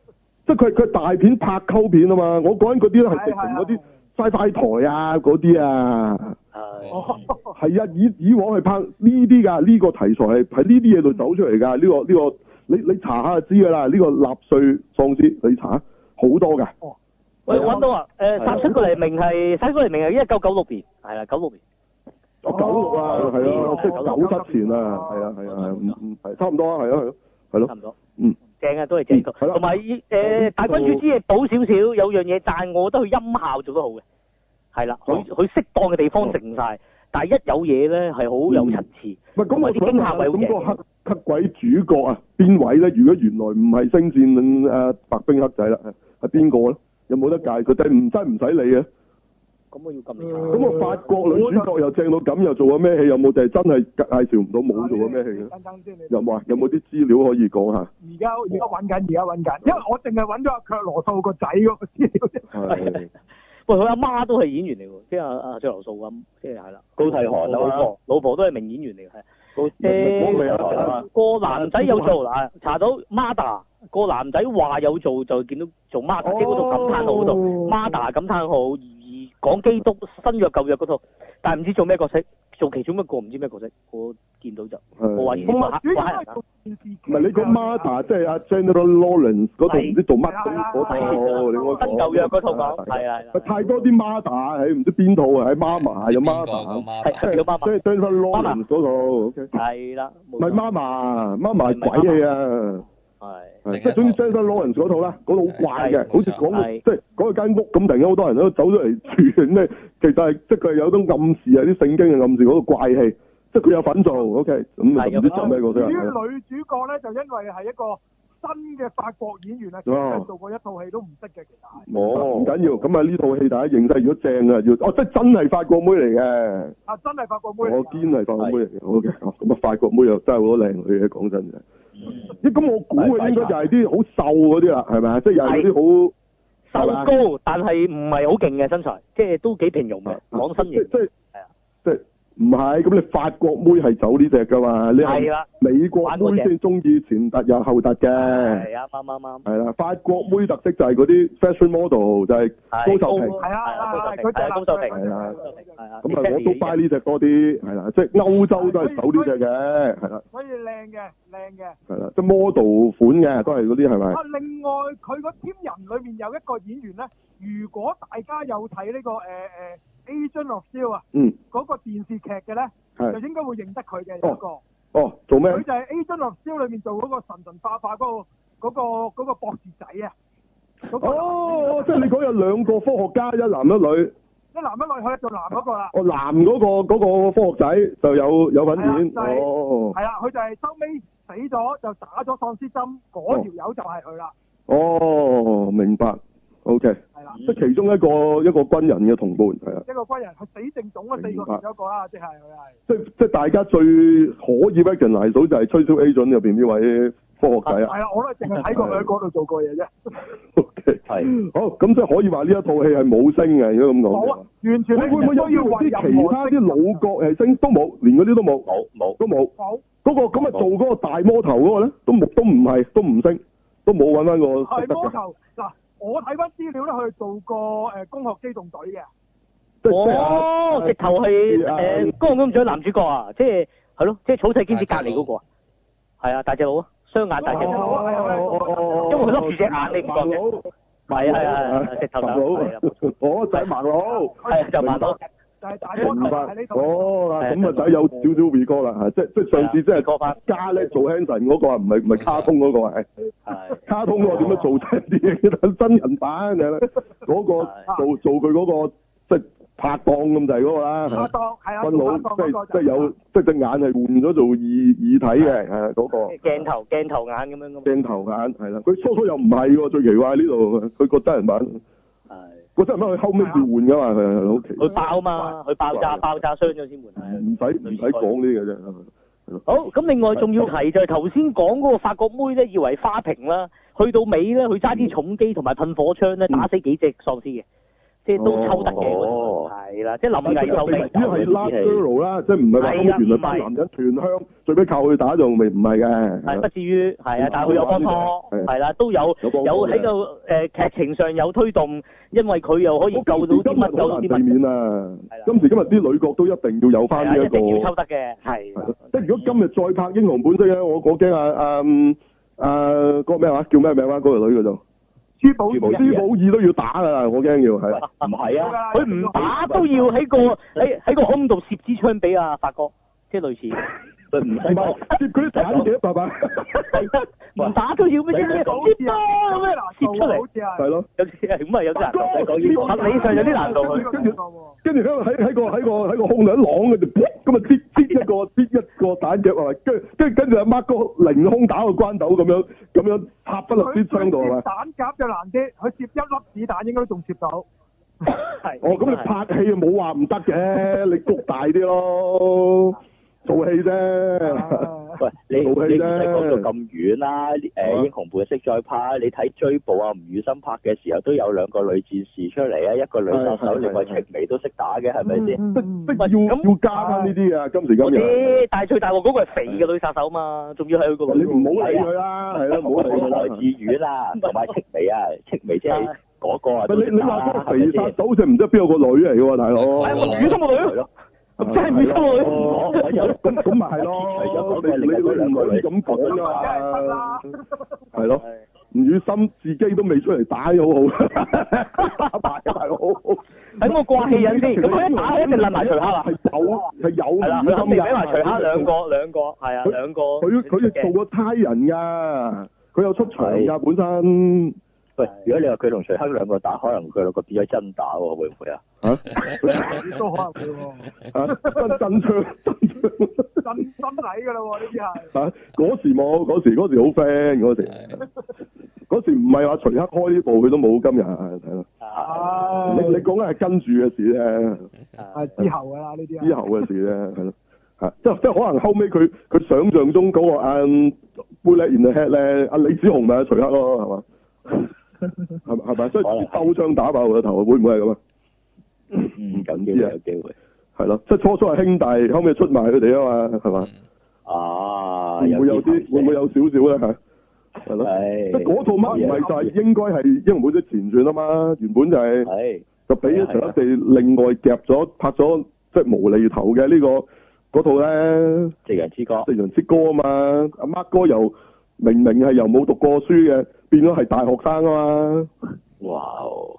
即係佢佢係大片拍溝片啊嘛，我講緊嗰啲咧係直情嗰啲西快台啊嗰啲啊，嗯係哦係啊，以以往係拍呢啲㗎，呢、個題材係喺呢啲嘢度走出嚟㗎，呢、個呢、個你你查下就知㗎啦，呢、個納粹喪屍你查下好多㗎，喂，揾到啊！誒，係啊殺出個黎明係殺出個黎明係一九九六年，係啦，九六年。九六啊，係啊哦，即係九七前啊，係啊係啊係啊，唔唔係差唔多啊，係啊係咯係差咯，唔多。嗯。正啊，都係正係確。啦同埋誒大君主之夜補少少，有樣嘢讚我覺得佢音效做得好嘅，係啦，佢佢適當嘅地方靜晒，但係一有嘢咧係好有層次。唔係咁，我同埋啲想驚嚇問位好咁正個黑黑鬼主角啊，邊位咧？如果原來唔係星戰誒、呃白冰黑仔啦，係邊個咧？有冇得介？佢真係唔真係唔使理嘅。啊咁我要撳嗯嚟咁個法國女主角又正到咁，又做過咩戲？有冇就係真係介紹唔到冇做過咩戲嘅？等等先，你有冇啊？有冇啲資料可以講 下？而家而家揾緊，而家揾緊，因為我淨係揾咗阿卻羅素個仔嗰個資料啫。係喂，佢阿媽都係演員嚟喎，即係阿阿張流素咁，即係係啦。高替韓啊老嘛，婆老婆都係名演員嚟嘅，係。高誒高替韓啊嘛，個男仔有做嗱，查到 Mada 個男仔話有做就見到做 Mada，即係嗰套感嘆號嗰度哦 Mada 感嘆號而講基督新約舊約嗰套，但係唔知做咩角色，做其中一個唔知咩角色，我見到就我話係。咦咁話啊，主要都話係係做電視劇啊唔係你個㗎 Mother 即係阿 General Lawrence 嗰套唔知做乜係啊嗰套，哦係啊你應該講新舊約嗰套講係啊係啊太多啲 Mother 喺唔知邊套啊？喺 Mama 有邊 Mother 個啊個媽係啊係叫媽即係媽 Jennifer Lawrence 嗰度，OK，係啦，唔唔係 Mama，Mama 係鬼戲啊，係係另一即係總之 Jennifer Lawrence 嗰套啦，嗰套好怪嘅，係好似講到係即係講到間屋咁，突然間好多人都走咗嚟住咩？其實係即係佢係有種暗示啊，啲聖經嘅暗示嗰個怪戲，即係佢有份做，OK，咁係就唔知做咩角色至於啊女主角咧，就因為係一個新嘅法國演員哦啊，其實做過一套戲都唔識嘅，其實係唔緊要，咁啊呢套戲大家認識，如果正啊，要哦，即係真係法國妹嚟嘅，啊，真係法國妹嚟㗎。我堅啊係法國妹嚟嘅，OK，哦咁啊法國妹又真係好多靚女嘅，講真嘅。咦，咁我估哎佢應該就係啲好瘦嗰啲啦，係咪啊？即係又係嗰啲好。啊瘦係嘛高，但係唔係好勁嘅身材，即係都幾平庸嘅，講身啊即形即係啊即唔係咁，你法國妹係走呢只噶嘛？你係係啦，美國妹先中意前凸又後凸嘅，係啊啱啱啱係啦。法國妹特色就係嗰啲 fashion model 就係係高手平係啊，係啊係啊，高秀平佢係啊係啊高秀平高秀平係啊，咁啊，我都 buy 呢只多啲，係啦，即係歐洲都係走呢只嘅，係啦，所以靚嘅，靚嘅。係啦，即係 model 款嘅都係嗰啲係咪啊，？另外佢個 team 人裏面有一個演員咧，如果大家有睇呢個誒誒 Agent of Shield 啊，嗯，嗰個電視劇嘅咧，就係。應該會認得佢嘅有一個。哦，做咩？佢就係 Agent of Shield E 裏面做嗰個神神化化嗰、個嗰、個嗰、個博士仔啊，嗰、個哦，即係你講有兩個科學家，一男一女。一男一女佢就男嗰個啦，哦，男嗰、個嗰、個科學仔就有有份演。係啊就係哦係啦，佢就係收尾死咗就打咗喪屍針，嗰條友就係佢啦，哦，明白。O、k 係啦，即係其中一個一個軍人嘅同伴，係啊，一個軍人佢死剩種嘅四明個白其中一個啦，即係佢係。即即係大家最可以 recognise 到就係吹簫 agent 入邊呢位科學仔啊。係啊，我都係淨係睇過嗯佢喺嗰度做過嘢啫， O K，係好，咁即係可以話呢一套戲係冇星嘅，如果咁冇講啊。，完全會會唔會有需要啲為任其他何啲老角誒星都冇，連嗰啲都冇，冇冇都冇。冇嗰、個咁啊做嗰個大魔頭嗰個咧，都冇都唔係，都唔星，都冇揾翻個識係得魔㗎頭嗱，我睇翻資料咧，佢做過誒工學機動隊嘅，即係即係哦，直頭係誒《江咁長》男主角啊，即係係咯，即係草世兼子隔離嗰個啊，係啊，大隻佬啊，雙眼大隻哦因佬，因為佢笠住隻眼你唔覺嘅係啊係啊係啊，直頭麻男佬係啊，，我仔盲佬，係啊就慢到就係大魔明頭白喺呢度。哦，咁啊仔有少少 recall 啦，係即即上次即係過翻，加咧做 Hanson 嗰個啊，唔係唔係卡通嗰個係，係卡通嗰個點樣做真啲真人版嘅咧？嗰個做做佢嗰個即係拍檔咁就係嗰個拍啦，檔係啊，分佬做即拍檔嗰係個即係就有即係隻眼係換咗做耳耳體嘅，係嗰個。鏡頭鏡頭眼咁樣咁鏡頭眼係啦，佢初初又唔係喎，最奇怪呢度佢個真人版，啊，個真人版佢後尾要換噶嘛，佢係啊好奇係佢爆嘛，佢爆炸爆炸傷咗先換係。唔使唔使講呢嘅啫。好，咁另外仲要提就係頭先講嗰個法國妹咧，以為花瓶啦，去到尾咧，佢揸支重機同埋噴火槍咧，打死幾隻喪屍嘅，即即係都抽得嘅嗰哦場，係啦，即係林毅有就味明明道知係 last hero 啦，即係唔係話係啦咁啊原來唔係班男人全香最尾靠佢打就未唔係嘅，係不至於係啊，但係佢有幫拖，係係啦，都有嗯有幫拖有嘅喺度誒劇情上有推動，因為佢又可以救到啲乜救今時今日好難到啲避乜，免啊係啦！今時今日啲女角都一定要有係翻啊，呢一一個，定要抽得嘅，係啦。即係如果今日再拍英雄本色咧，我我驚啊啊嗯啊嗰個咩話叫咩名話嗰個女嗰度，珠寶朱寶啊爾都要打㗎啦，我驚要係喂。唔係啊，佢唔打都要喺個喺喺個空度攝支槍俾阿發哥，即係 類似。佢唔唔使係講，接佢啲產嘅，爸爸唔打都要咩啫？你講啊接啦咁樣嗱，接出好嚟似 係係咯，有啲係咁啊，有啲難度。唔使講呢個合呢理上有啲難度啊佢。跟住跟住喺喺喺個喺個喺個空度一啷嘅就噗咁啊，擠擠一個擠一個彈夾係咪？跟跟跟住阿 Mark 哥凌空打個關斗咁樣咁樣插不落啲槍度係咪？蛋夾就難啲，佢接一粒子彈應該都仲接到。 係哦，咁你拍戲冇話唔得嘅，你谷大啲咯，做戲啫。 喂，你你冇唔戲使啫講到咁遠啦，啊誒英雄本色再拍，你睇追捕啊吳宇森拍嘅時候都有兩個女戰士出嚟啊，一個女殺手，係係係另外戚薇都識打嘅，係咪先？即嗯即要咁要加翻呢啲啊！今時我今日，知，但係最大鑊嗰個係肥嘅女殺手嘛，仲要係佢個你女。唔好理佢啦，啊係啦，唔好理佢來啦自。遠啊，同埋戚薇啊，戚薇即係嗰個啊，唔係你你話嗰個肥係咪殺先手就唔知邊有個女嚟嘅喎，大佬。係啊我魚心個女咯，真係魚心個女。哦咁咁咪係咯，你你你唔可以咁講梗係得㗎嘛啦，。係咯，吳宇森自己都未出嚟打好好， 打埋大佬。等哎我掛氣 癮先，咁佢一打佢一定冧埋徐克啦。係有係有係啦，吳宇佢肯森定㗎俾埋徐克兩個兩個，係啊啊佢兩個。佢佢做過差人㗎，佢有出場㗎本身。喂，如果你話佢同徐克兩個打，可能佢兩個變咗真打喎，會唔會啊？嚇！都可能會喎，啊！真真槍真槍真真禮㗎啦喎，呢啲係。嚇！嗰時冇，嗰時嗰時好 friend 嗰時，嗰時唔係話徐克開呢部佢都冇今日係咯。你你係講緊係跟住嘅事啫。係之後㗎啦，呢啲係之後嘅事咧，係咯，嚇，即係即係可能後尾佢佢想像中嗰、個誒 Bullet in the Head 咧，阿李子雄咪阿徐克咯， 係嘛？係咪係咪？所以可能係鬥槍打爆佢個頭，會唔會係咁啊？嗯，啊咁機會有機會係咯，即係初初係兄弟，後尾出賣佢哋啊嘛，係嘛？啊，會唔會嗯有啲會唔會有少少咧？係係咯，係即係嗰套乜唔係就係應該係英雄本色前傳啊嘛，原本就係、係就俾咗陳一地另外夾咗拍咗即係無厘頭嘅呢、個嗰套咧。夕陽之歌四人之歌啊嘛，阿 Mark 哥又明明係由冇讀過書嘅，變咗係大學生啊嘛，哇哦！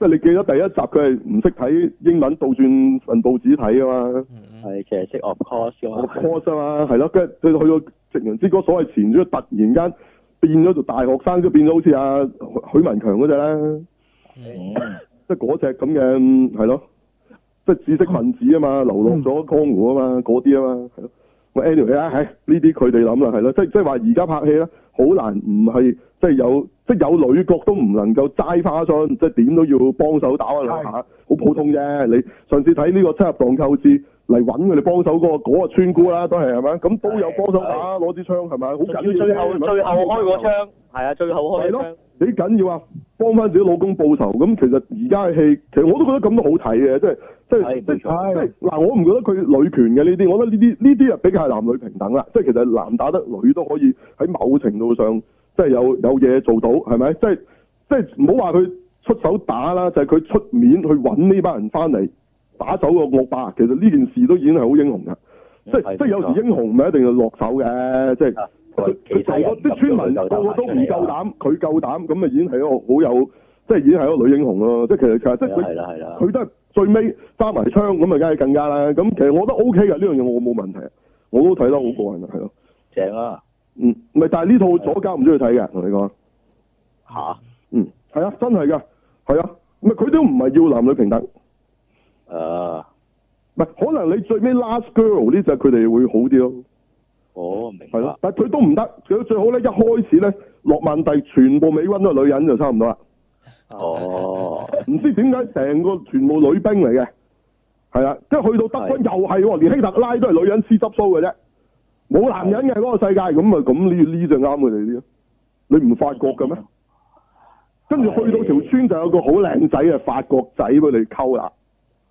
即係你記得第一集佢係唔識睇英文，倒轉份報紙睇啊嘛係淨係識 of course 㗎，of 嘛， course 啊嘛，係咯，跟住佢去到四人之歌所謂前咗，突然間變咗做大學生，都變咗好似阿許許文強嗰只咧，嗯，即係嗰只咁嘅嗯係咯，即係知識分子啊嗯嘛，流落咗江湖啊嘛，嗰啲啊嘛，係咯。喂，anyway 啦，係呢啲佢哋諗啦，係咯，即係即係話而家拍戲咧，好難唔係即係有即係有女角都唔能夠齋花樽，即係點都要幫手打一兩下，好普通啫。你上次睇呢個七入蕩購置嚟揾佢哋幫手嗰個嗰個村姑啦，都係係咪？咁都有幫手打攞支槍係咪？好仲緊要要啫最後係咪最後開個槍，係啊，最後開係個咯槍。，幾緊要啊！幫翻自己老公報仇，咁其實而家嘅戲，其實我都覺得咁都好睇嘅，即係即係係即係冇錯即係嗱，我唔覺得佢女權嘅呢啲，我覺得呢啲呢啲啊比較係男女平等啦，即係其實男打得女都可以喺某程度上即係有有嘢做到，係咪？即係即係唔好話佢出手打啦，就係、佢出面去揾呢班人翻嚟打走個惡霸，其實呢件事都已經係好英雄㗎。即係係即係有冇錯時英雄唔係一定要落手嘅，即係啊佢其他人佢個啲村民個咁個都都唔唔夠夠膽膽，佢夠膽咁啊已經係一個好有，即係已經係一個女英雄咯。即係其實其實即係係啦佢係啦係啦，佢都係最尾揸埋槍咁啊，梗係更加啦。咁其實我覺得 O K 嘅呢樣嘢，我冇問題，我都睇得好過癮啊，係咯。正啊嗯，唔係，但係呢套左家唔中意睇嘅，同你講。吓嗯，係啊，真係㗎，係啊，唔係佢都唔係要男女平等，誒，唔係可能你最尾 Last Girl 呢只佢哋會好啲咯。我明係白咯，，但係佢都唔得，佢最好咧一開始咧，諾曼第全部美軍都係女人就差唔多啦，哦，唔知點解成個全部女兵嚟嘅，係啦，即係去到德軍又係喎，連希特拉都係女人黐執須嘅啫，冇男人嘅嗰、個世界，咁啊咁呢呢就啱佢哋啲咯，你唔發覺嘅咩？跟住去到條村就有個好靚仔嘅法國仔俾你溝啦。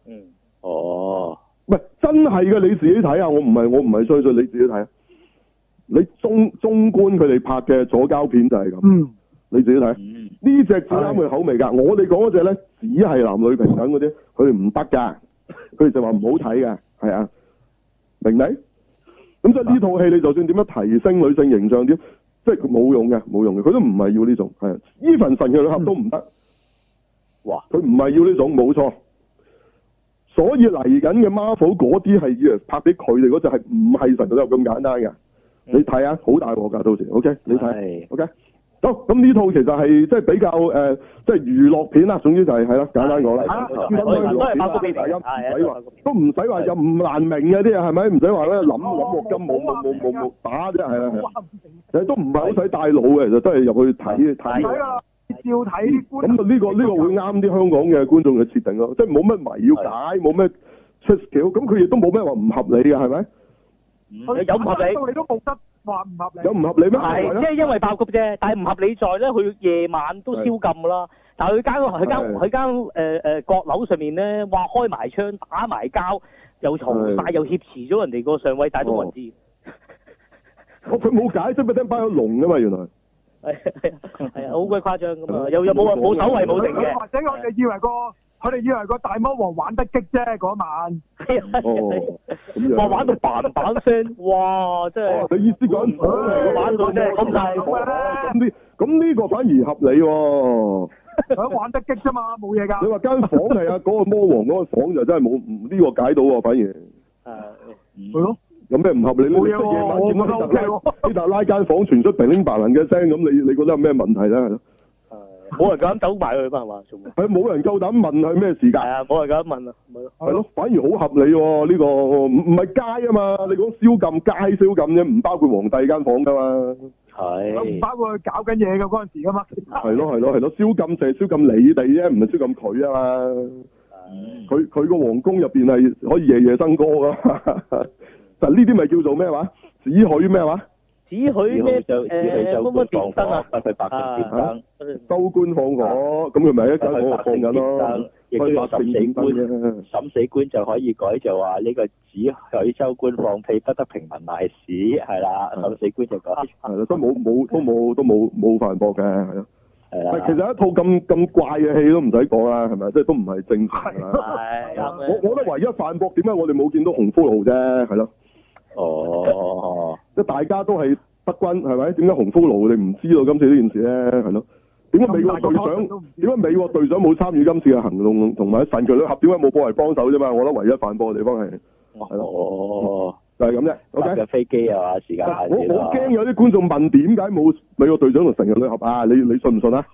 嗯，哦，唔係真係嘅，你自己睇下，我唔係我唔係相信你自己睇。你中中觀佢哋拍嘅左膠片就係咁，嗯，你自己睇。嗯，呢只只啱佢口味㗎，我哋講嗰只咧只係男女平等嗰啲，佢哋唔得㗎，佢哋就話唔好睇㗎，係啊，明唔明？咁即係呢套戲，你就算點樣提升女性形象，點即係佢冇用嘅，冇用嘅，佢都唔係要呢種，係啊，even 神嘅女俠都唔得，哇，佢唔係要呢種，冇錯。所以嚟緊嘅 Marvel 嗰啲係以為拍俾佢哋嗰隻係唔係神嘅女俠咁簡單嘅，你睇下，好大鑊㗎，到時，OK，你睇。係 OK，好，咁呢套其實係即係比較誒、呃即係娛樂片啦。總之就係係啦，簡單講啦，啊冇錯都係都係爆谷片大嚟家嘅，唔係使都話係爆谷片都唔使話有唔難明嘅啲嘢係咪？唔使話咧諗哦諗鑊金冇啊冇冇冇冇打啫，係啦係啦，啊好陷阱，其實都唔係好使帶腦嘅，其實都係入去睇睇睇。㗎啦，照睇啲咁觀眾啊呢個呢個會啱啲香港嘅觀眾嘅設定咯，即係冇乜迷要解，冇咩出橋，咁佢亦都冇咩話唔合理嘅係咪？佢有唔合理到你都冇得話唔合理，有唔合理咩？係啊係，咯即係因為爆谷啫，但係唔合理在咧，佢夜晚都宵禁㗎啦。但係佢間佢間係佢間誒誒閣樓上面咧，哇開埋槍打埋交，又嘈係晒又挟持咗人哋個上位，但係都冇人知。我佢冇解釋俾你聽，包咗龍㗎嘛原來。係係係啊，好鬼誇張㗎嘛！又又冇話冇守衞冇定嘅或者我哋以為個佢哋以為個大魔王玩得激啫嗰晚，係啊哦咁樣哇玩到嘭嘭聲，哇真係哦，你意思講哎哎玩到真係咁大咁呢咁呢個反而合理喎。想玩得激啫嘛，冇嘢你㗎。話間房係啊，嗰個魔王嗰個房就真係冇唔呢個解到喎，反而啊係咯，有咩唔合理咧？冇你嘢夜喎晚見到我希覺特拉希得 OK 喎特拉間房傳出乒鈴白能嘅聲，咁你你覺得有咩問題咧？係咯，冇人敢走埋佢嘛係嘛？仲 係冇人夠膽問係咩事係㗎？啊，冇人敢問啊，咪咯係咯，反而好合理喎呢個，唔唔係街啊嘛，你講宵禁街宵禁啫，唔包括皇帝間房㗎嘛。唔係，包括佢搞緊嘢嘅嗰陣時㗎嘛， 係咯係咯係咯，宵禁就係宵禁你哋啫，唔係宵禁佢啊嘛。嗯佢佢個皇宮入邊係可以夜夜笙歌噶， 但呢啲咪叫做咩話？只許咩話？只許咩佢誒就乜乜電燈啊？佢白色電燈，州官放火，咁佢咪一間佢房度白色放緊電咯燈，，亦都有開白十點四燈官。啫。審死官就可以改就話呢個只許州官放屁，不得平民賴屎，係啦。審死官就改係啦，都冇冇都冇都冇冇反駁嘅，係咯。係但啦。其實一套咁咁怪嘅戲都唔使講啦，係咪？即係都唔係正常㗎啦。係 我啱啊我覺得唯一反駁點解我哋冇見到紅骷髏啫，係咯，哦，即係大家都係德軍係咪？點解紅骷髏你唔知道今次呢件事咧？係咯，點解美國隊長？點解美國隊長冇參與今次嘅行動，同埋神奇女俠點解冇過嚟幫手啫嘛？我覺得唯一反駁嘅地方係哦係咯，哦，就係咁啫。搭 OK，嘅飛機啊嘛，時間限我制我驚啊有啲觀眾問點解冇美國隊長同神奇女俠啊？你你信唔信啊？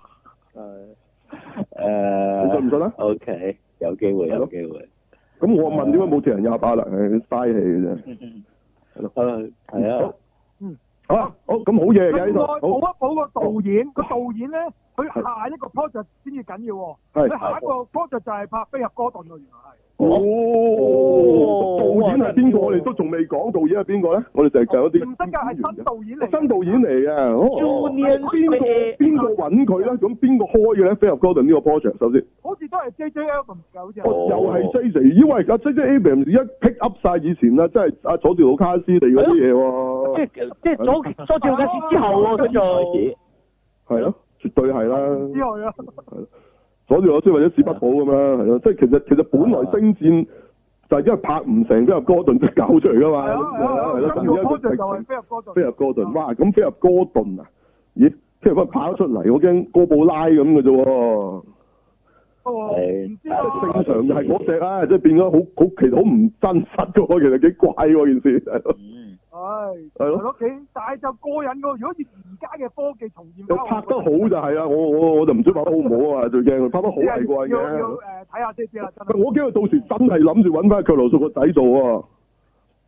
嘅，你信唔誒信啊？ ，OK，有機會，有機會。咁我問點解冇鐵人廿八啦？誒嘥氣嘅啫。嗯嗯誒，係啊，好啊，好咁好嘢嘅呢度，佢補好一補個導演，個導演咧，佢下一個 project 先至緊要喎。係佢下一個 project 就係拍《飛入哥頓》咯，原來係。啊哦。導演係邊個？我哋都仲未講導演係邊個咧？我哋成日講一啲哦唔得㗎，係新導演嚟。新導演嚟嘅，哦 Julian 邊個邊個揾佢咧？咁邊個開嘅咧？飛入 Gordon 呢個 project 首先。好似都係 J J Abrams 嘅，好似係。哦，又係 J J，因為阿 J J Abrams 一 pick up 晒以前啦，即係阿佐治魯卡斯地嗰啲嘢即喎，係即係左左照緊之後喎，佢開就始係咯，絕對係之啦，外啊，佐治魯卡斯或者史匹堡咁啦，係咯，即係其實其實本來星戰就係因為拍唔成飛入哥頓就搞出嚟噶係嘛，啊係啦係係啦咁啊，，新個而 project 家就就係飛入哥頓。飛入哥頓，哇，咁飛入哥頓啊，咦，飛入哥頓跑出嚟，我驚哥布拉咁嘅啫喎。哦唔係知係正啊，常就係嗰只啦，即係變咗好好，其實好唔真實嘅喎，其實幾怪喎件事，係咯嗯唉，係係咯，咯，幾但係就過癮喎。如果以而家嘅科技重現又翻，拍得好就係啦，我我我就唔知拍得好唔好啊，最驚佢拍得好我覺得係怪要要嘅。誒睇下先知啦，真係。我驚佢到時真係諗住揾翻佢羅素個仔做喎，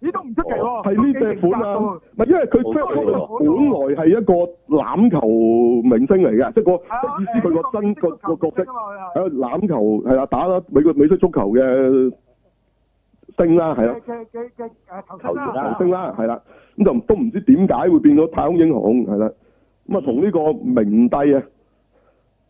咦都唔出奇喎，係呢哦隻款啊，都幾型格喎唔係因為佢好 Jack 鬼喎 Nicholson 本來係一個欖球明星嚟嘅，即係個係啊即係意思佢個真個個角色啊嘛，佢係喺度欖球係啦，打啦美國美式足球嘅星啦，係啦。啊嘅嘅嘅誒頭球先啊啦，員啦球星啦，係啦，咁就都唔知點解會變咗太空英雄，係啦，咁啊同呢個明帝啊，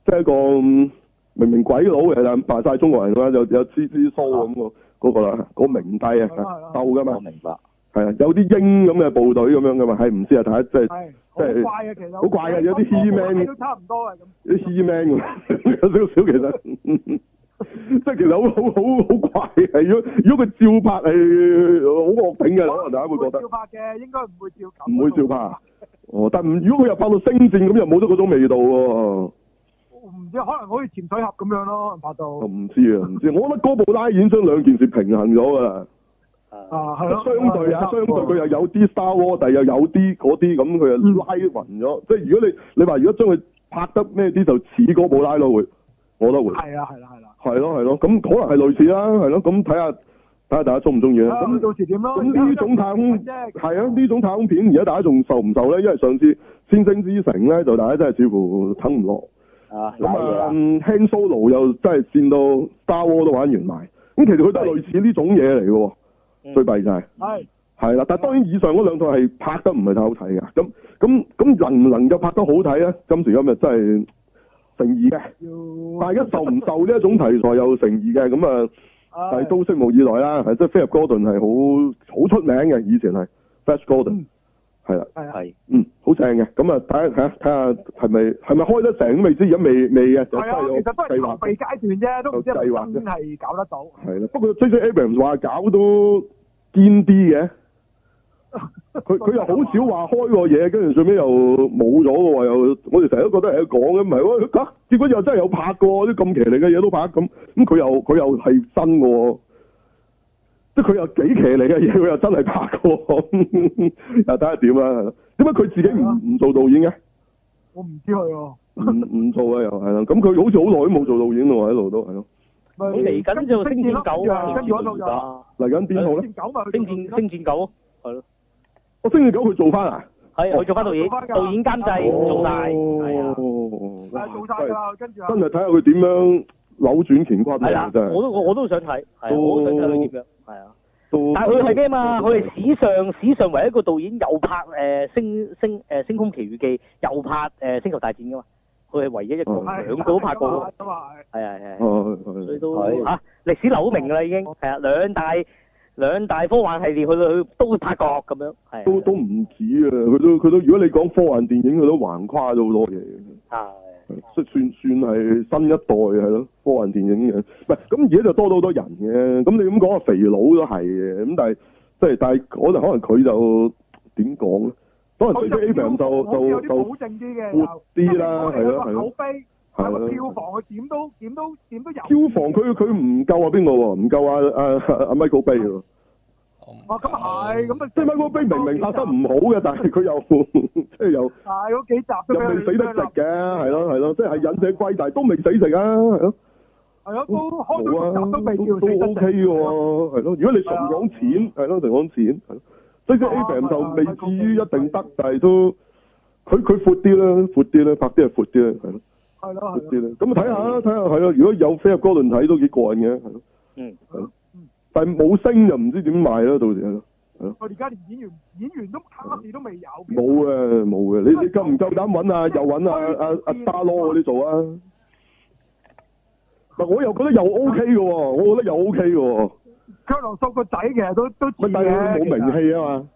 即即係一個嗯明明鬼佬嚟，但係扮晒中國人啦，有有蜘蛛鬚咁喎嗰個啦，嗰個明帝係啦係啊啦，鬥噶我嘛，明白。係啊，有啲英咁嘅部隊咁樣噶嘛，係唔知啊，大家即係係即係好怪啊嘅，其實好怪嘅有啲 He-Man 都差唔多嘅啊咁。啲 he man 咁， 有少少其實， 即係其實好好好好怪嘅。如果如果佢照拍係好惡頂嘅，可能大家會覺得照拍嘅，應該唔會照咁。唔會照拍。哦，但唔如果佢又拍到星戰咁，又冇咗嗰種味道喎。唔知可能好似潛水俠咁樣咯，拍到我唔知啊，唔知。我覺得嗰部拉演將兩件事平衡咗㗎啦。啊，係咯，相對啊，係相對咯佢又有啲 Star War，但係又有啲嗰啲咁，佢又拉勻咗。即係如果你你話如果將佢拍得咩啲，就似嗰部拉咯會，我覺得會。係啦，係啦，係啦。係咯係咯，咁可能係類似啦，係咯，咁睇下睇下大家中唔中意啦。咁啊咁啊到時點咯？咁呢種太空啫，係啊，呢種太空片而家大家仲受唔受咧？因為上次《先星之城》咧，就大家真係似乎等唔落。啊，咁賴嘢啊，啦，嗯 Han Solo 又真係戰到 Star War 都玩完埋。咁其實佢都係類似呢種嘢嚟嘅喎，嗯最弊就係係係啦。但係當然以上嗰兩套係拍得唔係太好睇嘅。咁咁咁能唔能夠拍得好睇咧？今時今日真係誠意嘅，要大家受唔受呢一種題材又誠意嘅咁啊？但係都拭目以待啦，係即係菲入 Gordon 係好好出名嘅，以前係 Flash Gordon 嗯係啦，係啊，係嗯，好正嘅，咁啊睇下睇下睇下係咪係咪開得成都未知，而家未未嘅，就係真啊，係有其實都係計籌備劃。階段啫，都唔知係有計劃咪啫真係搞得到。係啦，不過 J.J. Abrams 話搞都堅啲嘅， 佢佢又好少話開個嘢，跟住最尾又冇咗嘅喎，又我哋成日都覺得係講嘅，唔係喎，佢啊結果又真係有拍過啲咁騎呢嘅嘢都拍，咁咁佢又佢又係真嘅喎，即係佢又幾騎呢嘅嘢，佢又真係拍過喎，又睇下點啦，點解佢自己唔唔做導演嘅？我唔知佢喎。唔唔做啊，又係啦，咁佢好似好耐都冇做導演喎，喺度都係咯，咁嚟緊就星戰九啊，跟住嗰套就嚟緊邊套咧？星戰九咪星戰星戰九咯，係咯，我星期九佢做翻啊！係佢做翻導演，做返㗎導演監製哦做大，係啊。哦係做晒㗎啦，跟住啊真係睇下佢點樣扭轉乾坤係啊！啦，真係我都我都想睇，係啊我都想睇佢點樣，係啊。都但係佢係咩嘛？佢係史上史上唯一一個導演又拍誒、呃星星誒、呃星空奇遇記，又拍誒、呃星球大戰噶嘛。佢係唯一一個哦係兩個都拍過㗎，咁啊係係係係，啊所以係都係嚇歷史留名㗎啦已經，係啊兩大兩大科幻系列佢佢都拍過咁樣，係啊都都唔止啊！佢都佢都，如果你講科幻電影，佢都橫跨咗好多嘢嘅。係即係算算係新一代係咯，科幻電影嘅，唔係咁而家就多咗好多人嘅，咁你咁講啊，肥佬都係嘅，咁但係即係但係可能可能佢就點講咧？可能我哦對於 Abrams 就就有就啲保證啲嘅，活啲啦係咯係咯口碑，係有個咯票房佢點都點都點都有。票房佢佢唔夠啊邊個喎？唔夠啊啊啊 Michael Bay 喎。哦，咁啊係，咁啊即係 Michael Bay 明明拍得唔好嘅，但係佢又 即係又係嗰幾集又都未死得直食嘅，係咯係咯，即係忍者龜，但係都未死食啊，係咯，係咯，都開冇啊，到都集都都未叫 OK 嘅喎，係咯。如果你純講錢，係咯，純講錢，係咯。所以即係 Abrams 就未至於一定得，但係啊都佢佢闊啲啦，闊啲啦，拍啲係闊啲啦，係咯，係闊咯係啲咯，啦。咁啊睇下啦，睇下係咯。如果有飛入哥倫睇都幾過癮嘅，係咯。嗯但係冇升就唔知點賣啦，到時係咯。我而家連演員演員都卡士都未有。冇嘅，冇嘅。你你夠唔夠膽揾啊？又揾啊啊啊沙羅嗰啲做啊？嗱，我又覺得又 O K 嘅喎，我覺得又 O K 嘅喎，卡羅素個仔其實都都似咪但係佢冇名氣，氣啊嘛，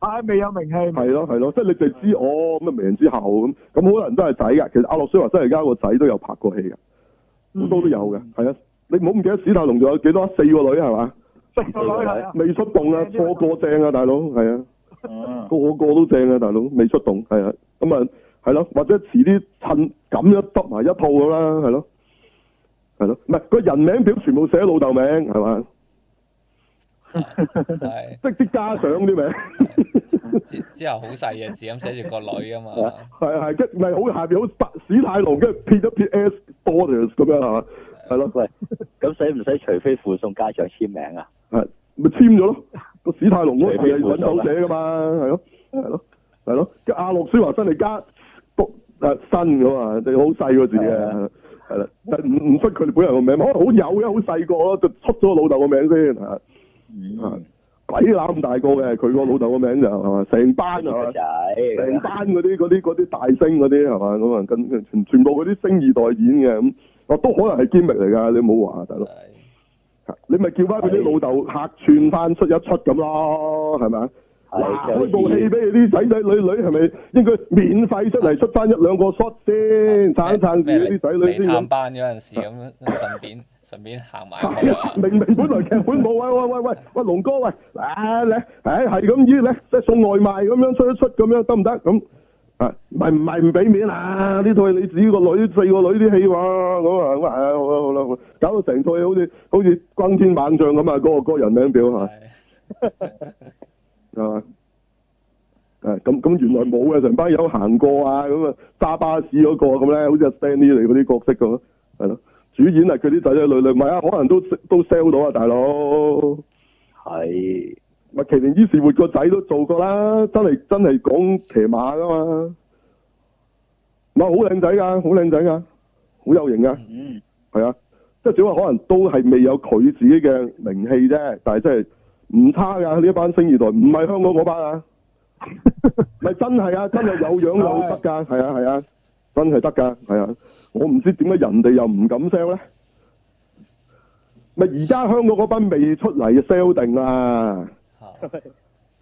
係未有名氣。係咯係咯，即係你就知哦咁啊名人之後咁，咁好多人都係仔㗎。其實阿諾舒華真係而家個仔都有拍過戲㗎，好多都有嘅，係啊。你唔好唔記得史泰龍仲有幾多四個女係嘛？識個女係啊，未出動啊，個個正啊，大佬係啊。嗯，個個都正啊，大佬未出動，係啊，咁啊係咯，或者遲啲趁咁樣得埋一套咁啦，係咯，係咯，唔係個人名表全部寫老豆名係嘛，係即係啲家長啲名，之之後好細嘅字咁寫住個女啊嘛，係係跟唔係好下邊好白史泰龍，跟住撇一撇 S daughters 咁樣係嘛，係咯，喂，咁使唔使除非附送家長簽名啊？係咪簽咗咯？個史泰龍嗰個係揾手寫噶嘛，係咯，係咯，係咯，跟阿諾舒華辛力加讀誒新噶嘛，你好細個字嘅，係啊係啦，但唔唔嗯出佢哋本人個名，可能好有嘅，好細個咯，就出咗老豆個名先，係啊，鬼咁大個嘅，佢個老豆個名就係嘛，成班係嘛仔，，成班嗰啲嗰啲嗰啲大星嗰啲係嘛，咁啊跟跟全全部嗰啲星二代演嘅咁，哦都可能係堅力嚟㗎，你唔好話大佬，啊你咪叫翻佢啲老豆客串翻出一出咁咯，係咪啊？係哇！就好開似部戲俾你啲仔仔女女係咪應該免費出嚟出翻一兩個 shot 先，撐撐住啲仔女 先啊探咁？班嗰陣時咁，順便順便行埋係佢啊啊！明明本來劇本冇，喂喂喂喂喂，龍哥喂，啊咧，唉係咁依咧，即係送外賣咁樣出一出咁樣得唔得咁？啊，唔係唔係唔俾面啊！呢套戲你自己個女四個女啲戲喎，咁啊咁啊，好啦好啦好啦，搞到成套戲好似好似轟天猛將咁啊！嗰、個嗰個人名表啊係嘛？係係嘛？誒啊咁咁原來冇嘅，成班友行過啊，咁啊揸巴士嗰、個咁咧，好似阿 Stanley 嚟嗰啲角色咁咯，係咯。主演係佢啲仔仔女女，唔係啊，可能都都 sell 到啊，大佬。係咪奇連伊士活個仔都做過啦，真係真係講騎馬噶嘛。唔係好靚仔㗎，好靚仔㗎，好有型㗎，嗯係啊。即係只不過可能都係未有佢自己嘅名氣啫，但係真係唔差㗎。呢一班星二代唔係香港嗰班啊。咪真係啊，真係有樣有得㗎，係啊係啊，真係得㗎，係啊。我唔知點解人哋又唔敢 sell 咧。咪而家香港嗰班未出嚟就 sell 定啦，嚇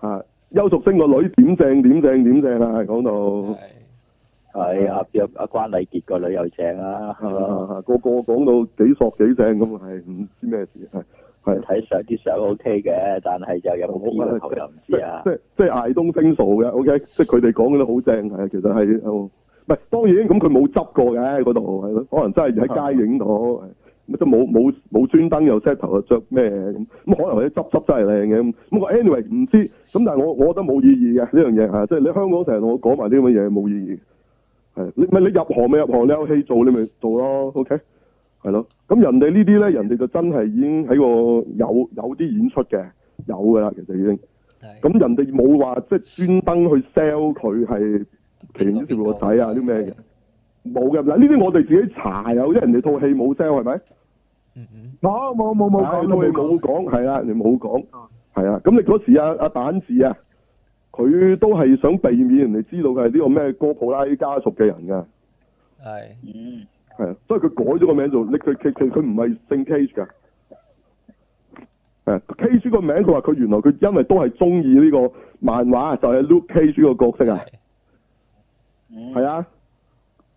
啊，邱淑貞個女點正點正點正啊，講到係係阿阿阿關禮傑個女又正啦，係咯啊個個講到幾索幾正咁，係唔知咩事係係。睇相啲相 O K 嘅，但係就有冇要求又唔知啊即。係即係挨東星數嘅，OK，即係佢哋講嗰啲好正，係其實係哦唔係當然咁佢冇執過嘅嗰度係咯，可能真係喺街影到，係咁都冇冇冇專登又 set 頭又着咩咁，咁可能佢執執真係靚嘅咁，咁我 anyway 唔知，咁但係我我覺得冇意義嘅呢樣嘢嚇，即係你香港成日同我講埋啲咁嘅嘢冇意義，係你咪你入行咪入行，你有戲做你咪做咯，OK。係咯，咁人哋呢啲咧，人哋就真係已經喺個有有啲演出嘅，有㗎啦，其實已經。係咁人哋冇話即係專登去 sell 佢係奇呢條個仔啊啲咩嘅，冇嘅。嗱呢啲我哋自己查有，因為人哋套戲冇 sell 係咪？嗯嗯冇冇冇冇啊講套戲冇冇講，講，係啦，你冇講啊，係啊。咁你嗰時啊，阿蛋治啊，佢都係想避免人哋知道佢係呢個咩哥普拉家族嘅人㗎，係嗯，係啊，所以佢改咗個名做，你佢佢佢佢唔係姓 Cage 㗎。誒 Cage 個名，佢話佢原來佢因為都係中意呢個漫畫，就係、Luke Cage 個角色啊。係係啊，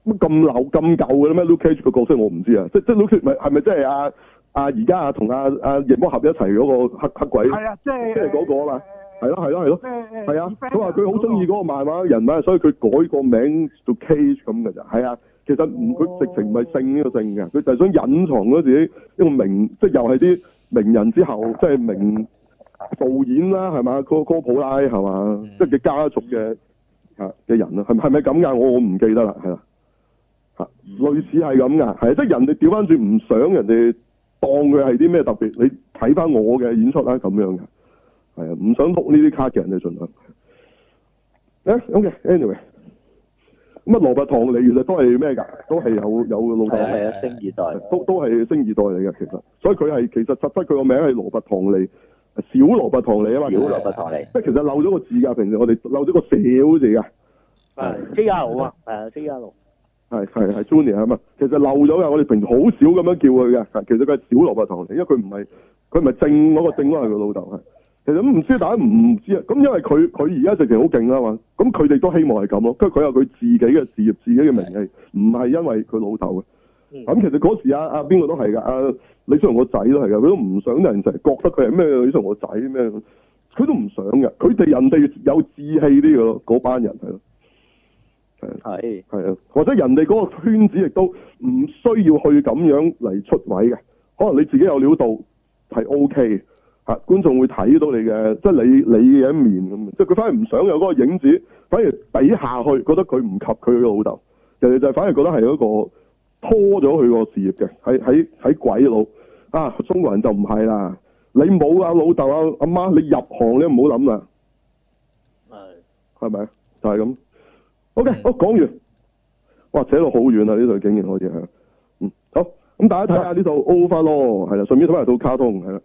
乜咁老咁舊嘅咩？Luke Cage 個角色我唔知啊，即即 Luke Cage 咪係咪即係阿阿而家啊同阿阿夜魔俠一齊嗰個黑黑鬼？係啊，即係即係嗰個啊嘛係咯誒係咯係咯，誒誒係啊！ Defender 佢話佢好中意嗰個漫畫人物，所以佢改個名做 Cage 咁嘅咋。係啊，其實唔佢直情唔係姓呢個姓嘅，佢就係想隱藏咗自己一個名，即係又係啲名人之後，即係名導演啦，係嘛？哥哥普拉係嘛嗯？即係嘅家族嘅啊嘅人啦，係咪係咪咁㗎？我我唔記得啦，係啦，嚇類似係咁㗎，係啊即係人哋調翻轉唔想人哋當佢係啲咩特別，你睇翻我嘅演出啦咁樣㗎。係啊，唔想碌呢啲卡嘅人就盡量。誒，OK，anyway，咁啊，羅拔唐尼原來都係咩㗎？都係有有老豆係啊嘅，係啊，星二代。都都係星二代嚟嘅，其實，所以佢係其實實質佢個名係羅拔唐尼，小羅拔唐尼啊嘛，小小羅伯唐尼即係其實漏咗個字㗎，平時我哋漏咗個小字㗎，係 J R 啊，係啊 J R，係係係 Junior 啊嘛，其實漏咗㗎，我哋平時好少咁樣叫佢嘅，係其實佢係小羅拔唐尼，因為佢唔係佢唔係正嗰、個正嗰個係佢老豆係。其實咁唔知大家唔知啊，咁因為佢佢而家直情好勁啦嘛，咁佢哋都希望係咁咯，跟住佢有佢自己嘅事業、自己嘅名氣，唔係因為佢老豆嘅。嗯咁、其實嗰時啊啊邊個都係㗎，啊李小龍個仔都係㗎，佢都唔想人成日覺得佢係咩李小龍個仔咩，佢都唔想㗎，佢哋人哋有志氣啲嘅咯，嗰班人係咯，係啊。係係啊，或者人哋嗰個圈子亦都唔需要去咁樣嚟出位嘅，可能你自己有料到係 O K 嚇，觀眾會睇到你嘅，即係你你嘅一面咁，即係佢反而唔想有嗰個影子，反而比下去，覺得佢唔及佢老豆，人哋就反而覺得係一個拖咗佢個事業嘅，喺喺喺鬼佬啊，中國人就唔係啦，你冇啊老豆啊阿媽，你入行你唔好諗啦，係咪啊就係咁？OK，嗯好講完。哇，扯到好遠啊！呢度竟然可以係，嗯，好，咁大家睇下呢套 Over 咯，係啦，順便睇埋套卡通係啦，